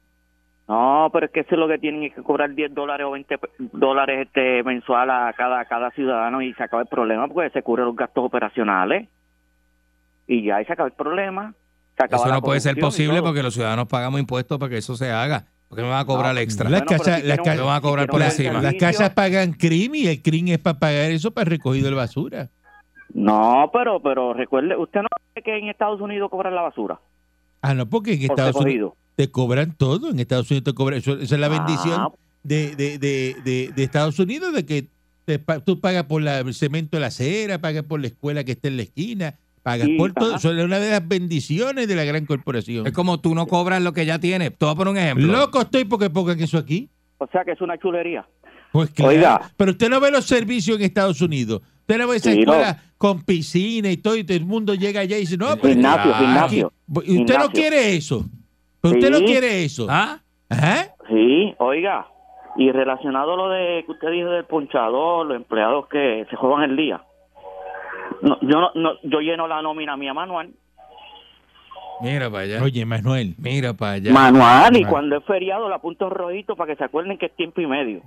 No, pero es que eso es lo que tienen es que cobrar 10 dólares o 20 pe- dólares este mensual a cada, a cada ciudadano y se acaba el problema porque se cubren los gastos operacionales. Y ya, y se acaba el problema. Se acaba Eso la no puede ser corrupción y posible todo. porque los ciudadanos pagamos impuestos para que eso se haga. Porque me van a cobrar extra. Las Bueno, pero casas- si las quieren ca- Lo van a cobrar si por quieren encima. un Las servicio- casas pagan CRIM y el CRIM es para pagar eso para recogido de basura. No, pero, pero recuerde, usted no sabe que en Estados Unidos cobran la basura Ah, no, porque en por Estados Unidos recogido. te cobran todo. En Estados Unidos te cobran. eso- esa es la bendición Ah, de, de, de, de, de Estados Unidos, de que te pa- tú pagas por la, el cemento de la acera, pagas por la escuela que está en la esquina, pagas Sí, por todo. ajá. Eso es una de las bendiciones de la gran corporación. Es como tú no cobras lo que ya tienes. Te voy a poner un ejemplo. Loco estoy porque pongan eso aquí. o sea que es una chulería. Pues claro. Oiga. Pero usted no ve los servicios en Estados Unidos. Usted no ve esa Sí, no. escuela con piscina y todo, y todo el mundo llega allá y dice, no, pero Gimnasio, Ah, gimnasio. Pues, Y usted no Ignacio. quiere eso. Pero usted no Sí. quiere eso. ¿Ah? Ajá. Sí, oiga, y relacionado a lo de que usted dijo del ponchador, los empleados que se juegan el día. No, yo no, no- yo lleno la nómina mía manual. Mira para allá. Oye, Manuel. Mira para allá. Manual, y Manual. cuando es feriado la apunto en rojito para que se acuerden que es tiempo y medio.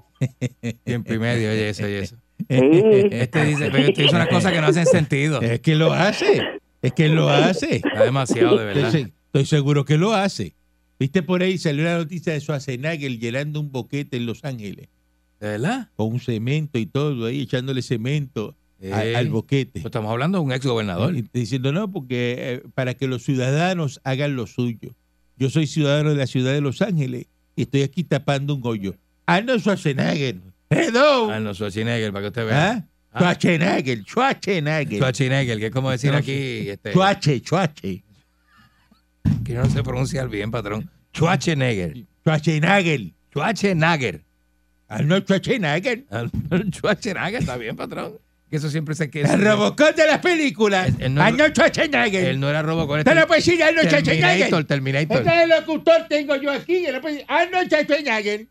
Tiempo y medio, oye, eso y eso. Sí. Este dice, pero este dice unas cosas que no hacen sentido. Es que lo hace. Es que lo hace. Está demasiado, de Estoy, verdad. se- estoy seguro que lo hace. Viste por ahí salió la noticia de Schwarzenegger llenando un boquete en Los Ángeles ¿De verdad? con un cemento y todo ahí echándole cemento a- Eh, al boquete. pues estamos hablando de un ex gobernador. Y diciendo no porque eh, para que los ciudadanos hagan lo suyo. Yo soy ciudadano de la ciudad de Los Ángeles y estoy aquí tapando un hoyo. Arnold Schwarzenegger. Hello. Arnold Ah, Schwarzenegger, para que usted vea. ¿Ah? Schwarzenegger, Schwarzenegger. Schwarzenegger, que es como decir No sé. aquí, este, Schwarze, Schwarze. que no se pronuncia bien, patrón. Schwarzenegger. Schwarzenegger. Schwarzenegger. Arnold Schwarzenegger. Arnold Schwarzenegger, está bien, patrón. Que eso siempre se queda. El Robocop de las películas. El- el no- Arnold Schwarzenegger. Él no era Robocop. Te lo puedes decir, Arnold Terminator, pues, Schwarzenegger. Terminator. Este es el locutor tengo yo aquí. el otro- Arnold Schwarzenegger.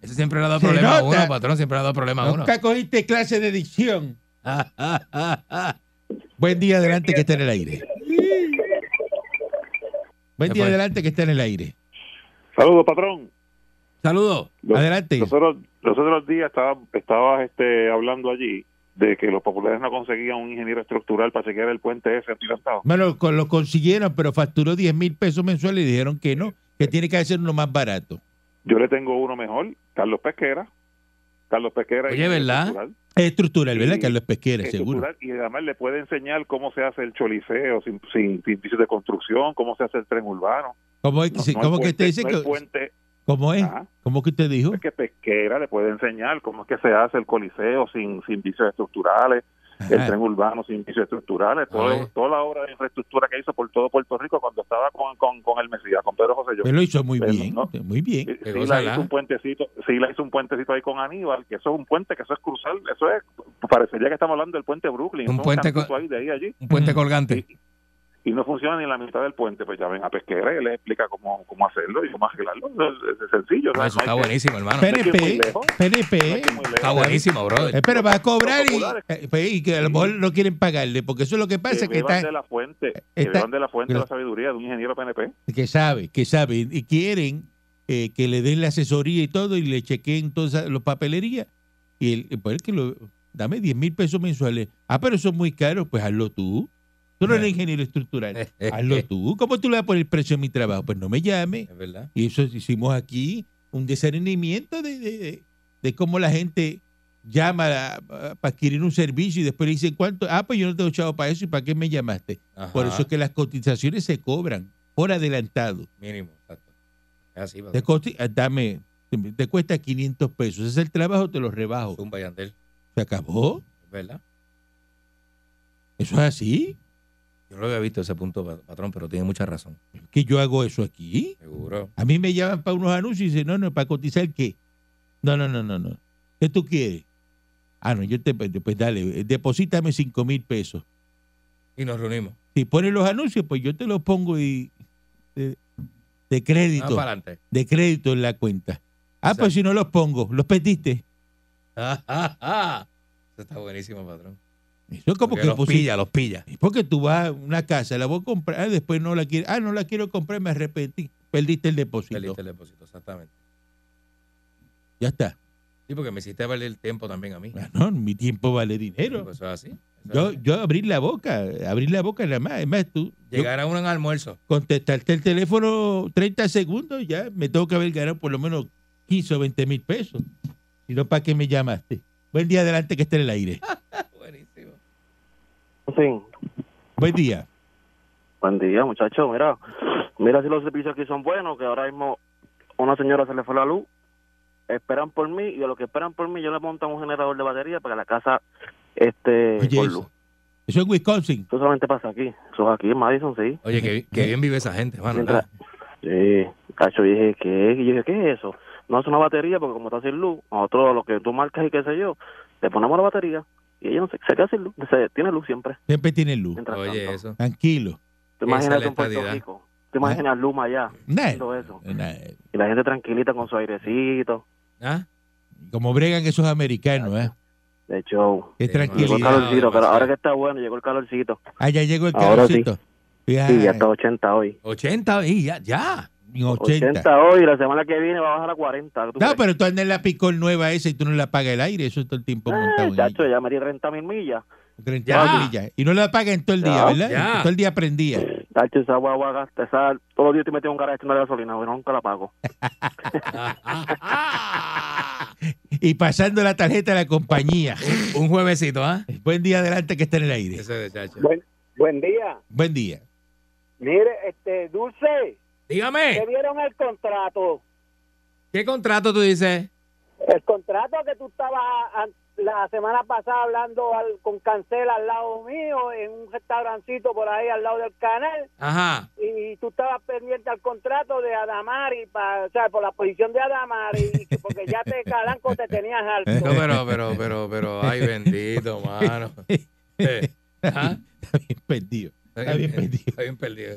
Eso siempre le ha dado Se problema a nota. uno, patrón. Siempre le ha dado problema a uno. Nunca cogiste clase de dicción. Ah, ah, ah, ah. Buen día, adelante que está en el aire. Buen Se día, fue. adelante que está en el aire. Saludos, patrón. Saludos. Los, Adelante. los otros, los otros días estaba- estabas este, hablando allí de que los populares no conseguían un ingeniero estructural para chequear el puente ese atirantado. Bueno, con- lo consiguieron, pero facturó 10 mil pesos mensuales y dijeron que no, que tiene que hacer uno más barato. Yo le tengo uno mejor, Carlos Pesquera. Carlos Pesquera. Oye, ingeniero ¿verdad? estructural. Es estructural, ¿verdad? Sí. Carlos Pesquera, seguro. Estructural, y además le puede enseñar cómo se hace el choliseo sin, sin, sin pisos de construcción, cómo se hace el tren urbano. ¿Cómo es, No- sí, no el cómo que puente- usted dice? no que- el puente, ¿Cómo es? Ajá. ¿Cómo que usted dijo? es que Pesquera le puede enseñar cómo es que se hace el coliseo sin, sin pisos estructurales. el Ajá. tren urbano sin pisos estructurales, todo- Ay. toda la obra de infraestructura que hizo por todo Puerto Rico cuando estaba con, con, con el Mesías, con Pedro José Pues lo hizo muy Pero bien, no. muy bien. Sí, cosa la la- hizo un puentecito, sí la hizo un puentecito ahí con Aníbal, que eso es un puente, que eso es cruzar, eso es, parecería que estamos hablando del puente Brooklyn, Un eso es puente cantuzo co- ahí, de ahí a allí, Un puente colgante. y no funciona ni la mitad del puente, pues ya ven a Pesquera y le explica cómo, cómo hacerlo y cómo arreglarlo, es, es sencillo, Ah, ¿sabes? eso está No pues, hay que- buenísimo, hermano. no hay que ir muy PNP, lejos, no hay PNP. que ir muy Está lejos. buenísimo, Pues, brother. eh, Pero va a cobrar y, populares. eh, pues, y que a lo mejor no quieren pagarle, porque eso es lo que pasa, Que que, beban está- de la fuente, que está- beban de la fuente que de lo- la sabiduría de un ingeniero PNP. que sabe, que sabe, y quieren eh, que le den la asesoría y todo, y le chequeen todas las papelerías. Y el, el poder que lo, dame 10 mil pesos mensuales. Ah, pero eso es muy caro, pues hazlo tú. Tú no Eh. eres ingeniero estructural, hazlo tú. ¿Cómo tú le vas a poner el precio a mi trabajo? Pues no me llame. Es verdad. Y eso hicimos aquí un discernimiento de, de, de- de cómo la gente llama a- a- para adquirir un servicio y después le dicen cuánto. Ah, pues yo no tengo chavo para eso y para qué me llamaste. Ajá. Por eso es que las cotizaciones se cobran por adelantado. Mínimo, exacto. Es así, patrón. Te, costi- ah, dame, te cuesta 500 pesos. Ese es el trabajo, te lo rebajo. Zumba Yandel, Se acabó. es ¿verdad? Eso es así. Yo no lo había visto ese punto, pa- patrón, pero tiene mucha razón. Que yo hago eso aquí. Seguro. A mí me llaman para unos anuncios y dicen, no, no, para cotizar qué. No, no, no, no, no. ¿Qué tú quieres? Ah, no, yo te, pues dale, eh, deposítame 5 mil pesos. Y nos reunimos. Si pones los anuncios, pues yo te los pongo y de, de Vamos crédito, Ah, para adelante. de crédito en la cuenta. Ah, Exacto. pues si no los pongo, los pediste. Ah, ah, ah. Eso está buenísimo, patrón. Eso es como Porque que los pues, pilla, los pilla. sí, porque tú vas a una casa, la voy a comprar, ah, después no la quieres, ah, no la quiero comprar, me arrepentí, perdiste el depósito. Perdiste el depósito, exactamente. Ya está. Sí, porque me hiciste perder el tiempo también a mí. Ah, no, mi tiempo vale dinero. Pues eso es así. Eso es Yo, así. yo abrir la boca, abrir la boca nada más. Es más, tú yo Llegar a uno en almuerzo. contestarte el teléfono 30 segundos, ya me tengo que haber ganado por lo menos 15 o 20 mil pesos. Si no, ¿para qué me llamaste? Buen día, adelante que esté en el aire. Buenísimo. Sí. Buen día. Buen día, muchacho. Mira, mira si los servicios aquí son buenos, que ahora mismo a una señora se le fue la luz, esperan por mí y a lo que esperan por mí yo le monto un generador de batería para que la casa esté Oye, con luz. eso, eso en Wisconsin. Eso solamente pasa aquí. Eso es aquí en Madison, sí. Oye, que, que bien vive esa gente, mano. Mientras- ¿verdad? Sí, cacho, yo dije, ¿qué? Y yo dije, ¿qué es eso? No es una batería porque como está sin luz, nosotros lo que tú marcas y qué sé yo, le ponemos la batería y ella no se, se queda sin luz, se, tiene luz siempre. Siempre tiene luz. Mientras Oye, tanto. eso. Tranquilo. Esa ¿Te es imaginas la eso en Puerto estadidad. Rico? ¿Te imaginas Luma allá? Nah, haciendo eso? nah, Y la gente tranquilita con su airecito, ¿Ah? como bregan esos americanos, ¿eh? de show. Qué Sí, Llegó el Tranquilidad, calorcito, demasiado. ahora que está bueno, llegó el calorcito. Allá Ah, llegó el Ahora sí. carrocito. Fíjate, Sí, ya está 80 hoy. 80 y ya, ya. en 80. 80. hoy, la semana que viene va a bajar a 40. ¿tú No, crees? pero tú andas en la picol nueva esa y tú no la pagas el aire. Eso es todo el tiempo montado. Eh, en chacho, ella. ya me di 30 mil millas. 30 Ya. millas. ¿eh? Y no la pagas en todo el día, Ya. ¿verdad? Ya. Todo el día prendía. Tacho, esa guagua gasta, esa, todos los días te metido un garaje de gasolina, pero nunca la pago. Y pasando la tarjeta a la compañía. Un juevesito, ¿ah? Buen día adelante que está en el aire. Ese de chacho. Buen día. Buen día. Mire, este, Dulce, Dígame, vieron el contrato? ¿qué contrato tú dices? El contrato que tú estabas an- la semana pasada hablando al- con Cancel al lado mío, en un restaurancito por ahí al lado del canal, Ajá. y tú estabas pendiente al contrato de Adamari, pa- o sea, por la posición de Adamari, y que- porque ya te calanco te tenías No, alto. pero, pero, pero, pero, ay, bendito, mano. Eh, ¿ah? Está bien perdido. Está bien perdido. Está bien perdido.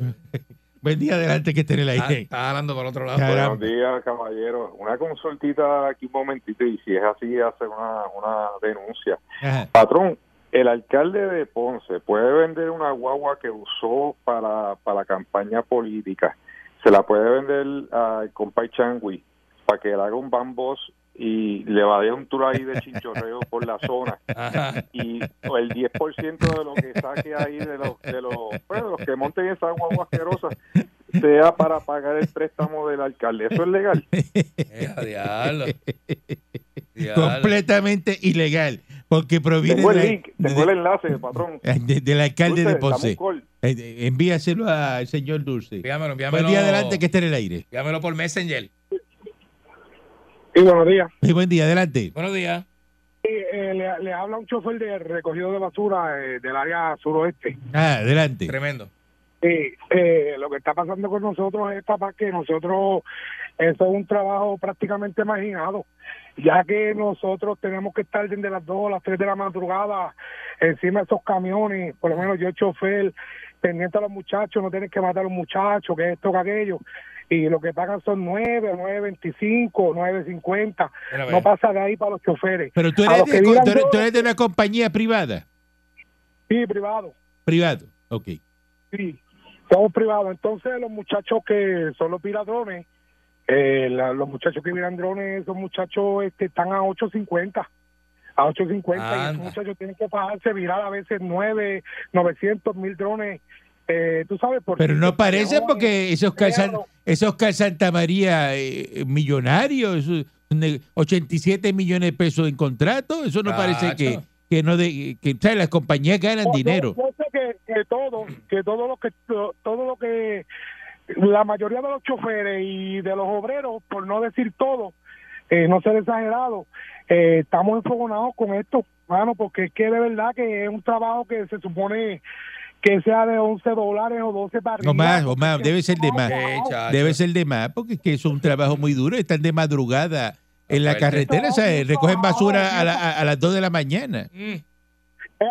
Buen día adelante que esté en el Está, aire. está hablando para el otro lado. Caramba. Buenos días, caballero. Una consultita aquí un momentito y si es así, hace una, una denuncia. Ajá. Patrón, el alcalde de Ponce puede vender una guagua que usó para, para campaña política. Se la puede vender al compay Changui para que le haga un bambos y le va a dar un tour ahí de chinchorreo por la zona Ajá. y el 10% de lo que saque ahí de los de los, bueno, los que monten esa guagua asquerosa sea para pagar el préstamo del alcalde. Eso es legal. Eh, a diablo. Diablo. Completamente ilegal. Porque proviene Tengo el de la- link, tengo el enlace, patrón. de- de- del alcalde Dulce, de Ponce. dame un call. Eh, eh, Envíaselo al señor Dulce. Enviámelo, enviámelo. Buen día adelante que esté en el aire. Enviámelo por Messenger. Sí, buenos días. Sí, Eh, buen día adelante. Buenos días. Sí, eh, le, le habla un chofer de recogido de basura eh, del área suroeste. Ah, adelante. Tremendo. Sí, eh, lo que está pasando con nosotros es, papá, que nosotros, eso es un trabajo prácticamente marginado, ya que nosotros tenemos que estar desde las 2 a las 3 de la madrugada encima de esos camiones, por lo menos yo chofer, pendiente a los muchachos, no tienes que matar a los muchachos, que esto, que aquello, y lo que pagan son 9, 9.25, 9.50, Mira, no ve. pasa de ahí para los choferes. Pero tú A eres, los que de, digan tú eres- tú yo- eres de una compañía privada. Sí, privado. Privado. Ok. Sí, somos privados. Entonces, los muchachos que son los piladrones, eh, la- los muchachos que miran drones, esos muchachos este, están a 8.50. A 8.50 y Anda. esos muchachos tienen que pagarse virar a veces 9, 900 mil drones. Eh, tú sabes por Pero no parecen No, porque esos calzan, claro. esos Cal Santa María eh, millonarios, esos ne- 87 millones de pesos en contrato, eso no parece Cacho. que, que no de, que ¿sabes? las compañías ganan Yo- dinero. Yo, sé que, que todo, que todo lo que todo lo que la mayoría de los choferes y de los obreros, por no decir todo, eh, no ser exagerado, eh, estamos enfogonados con esto, mano, porque es que de verdad que es un trabajo que se supone que sea de 11 dólares o 12 para No más, o más, debe ser de más. Eh, chacho. Debe ser de más porque es que es un trabajo muy duro, están de madrugada en la Fuerte. carretera, ¿sabes? recogen basura a, la- a- a las 2 de la mañana. Mm. Eh,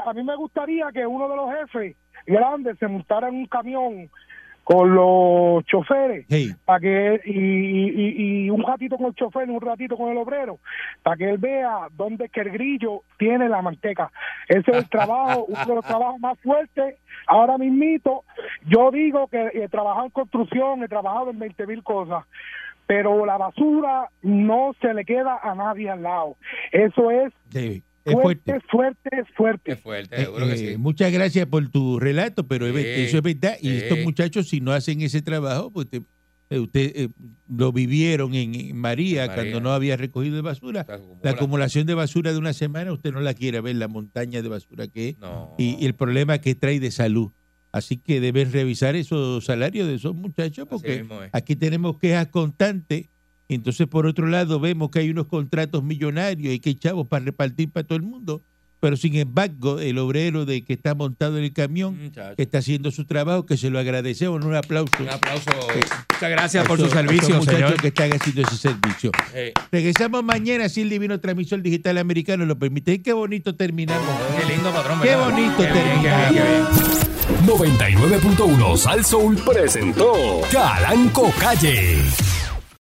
a mí me gustaría que uno de los jefes grandes se montara en un camión con los choferes Hey. para que y, y- y un ratito con el chofer y un ratito con el obrero para que él vea dónde es que el grillo tiene la manteca ese es el trabajo uno de los trabajos más fuertes ahora mismito yo digo que he trabajado en construcción he trabajado en 20 mil cosas pero la basura no se le queda a nadie al lado eso es Sí, es fuerte. fuerte fuerte fuerte Es fuerte, seguro que Eh, sí. Muchas gracias por tu relato, pero es ver- Sí, eso es verdad. Y sí. estos muchachos, si no hacen ese trabajo, pues te- eh, usted eh, lo vivieron en, en María, En María. cuando no había recogido de basura. Se acumula. La acumulación de basura de una semana, usted no la quiere ver, la montaña de basura que es No. y, y el problema que trae de salud. Así que deben revisar esos salarios de esos Así muchachos porque mismo es. aquí tenemos quejas constantes. Entonces, por otro lado, vemos que hay unos contratos millonarios y que hay chavos para repartir para todo el mundo. Pero sin embargo, el obrero de que está montado en el camión, Muchacho. que está haciendo su trabajo, que se lo agradecemos. Un aplauso. Mm, Un aplauso. Muchas gracias a por su esos- a esos servicio, muchachos señor. que están haciendo ese servicio. Eh, Regresamos mañana si el divino transmisor digital americano lo permite. Qué bonito terminamos. qué lindo patrón. Qué ¿verdad? bonito Qué bien, qué bien, terminar. qué bien. 99.1 Sal Soul presentó Calanco Calle.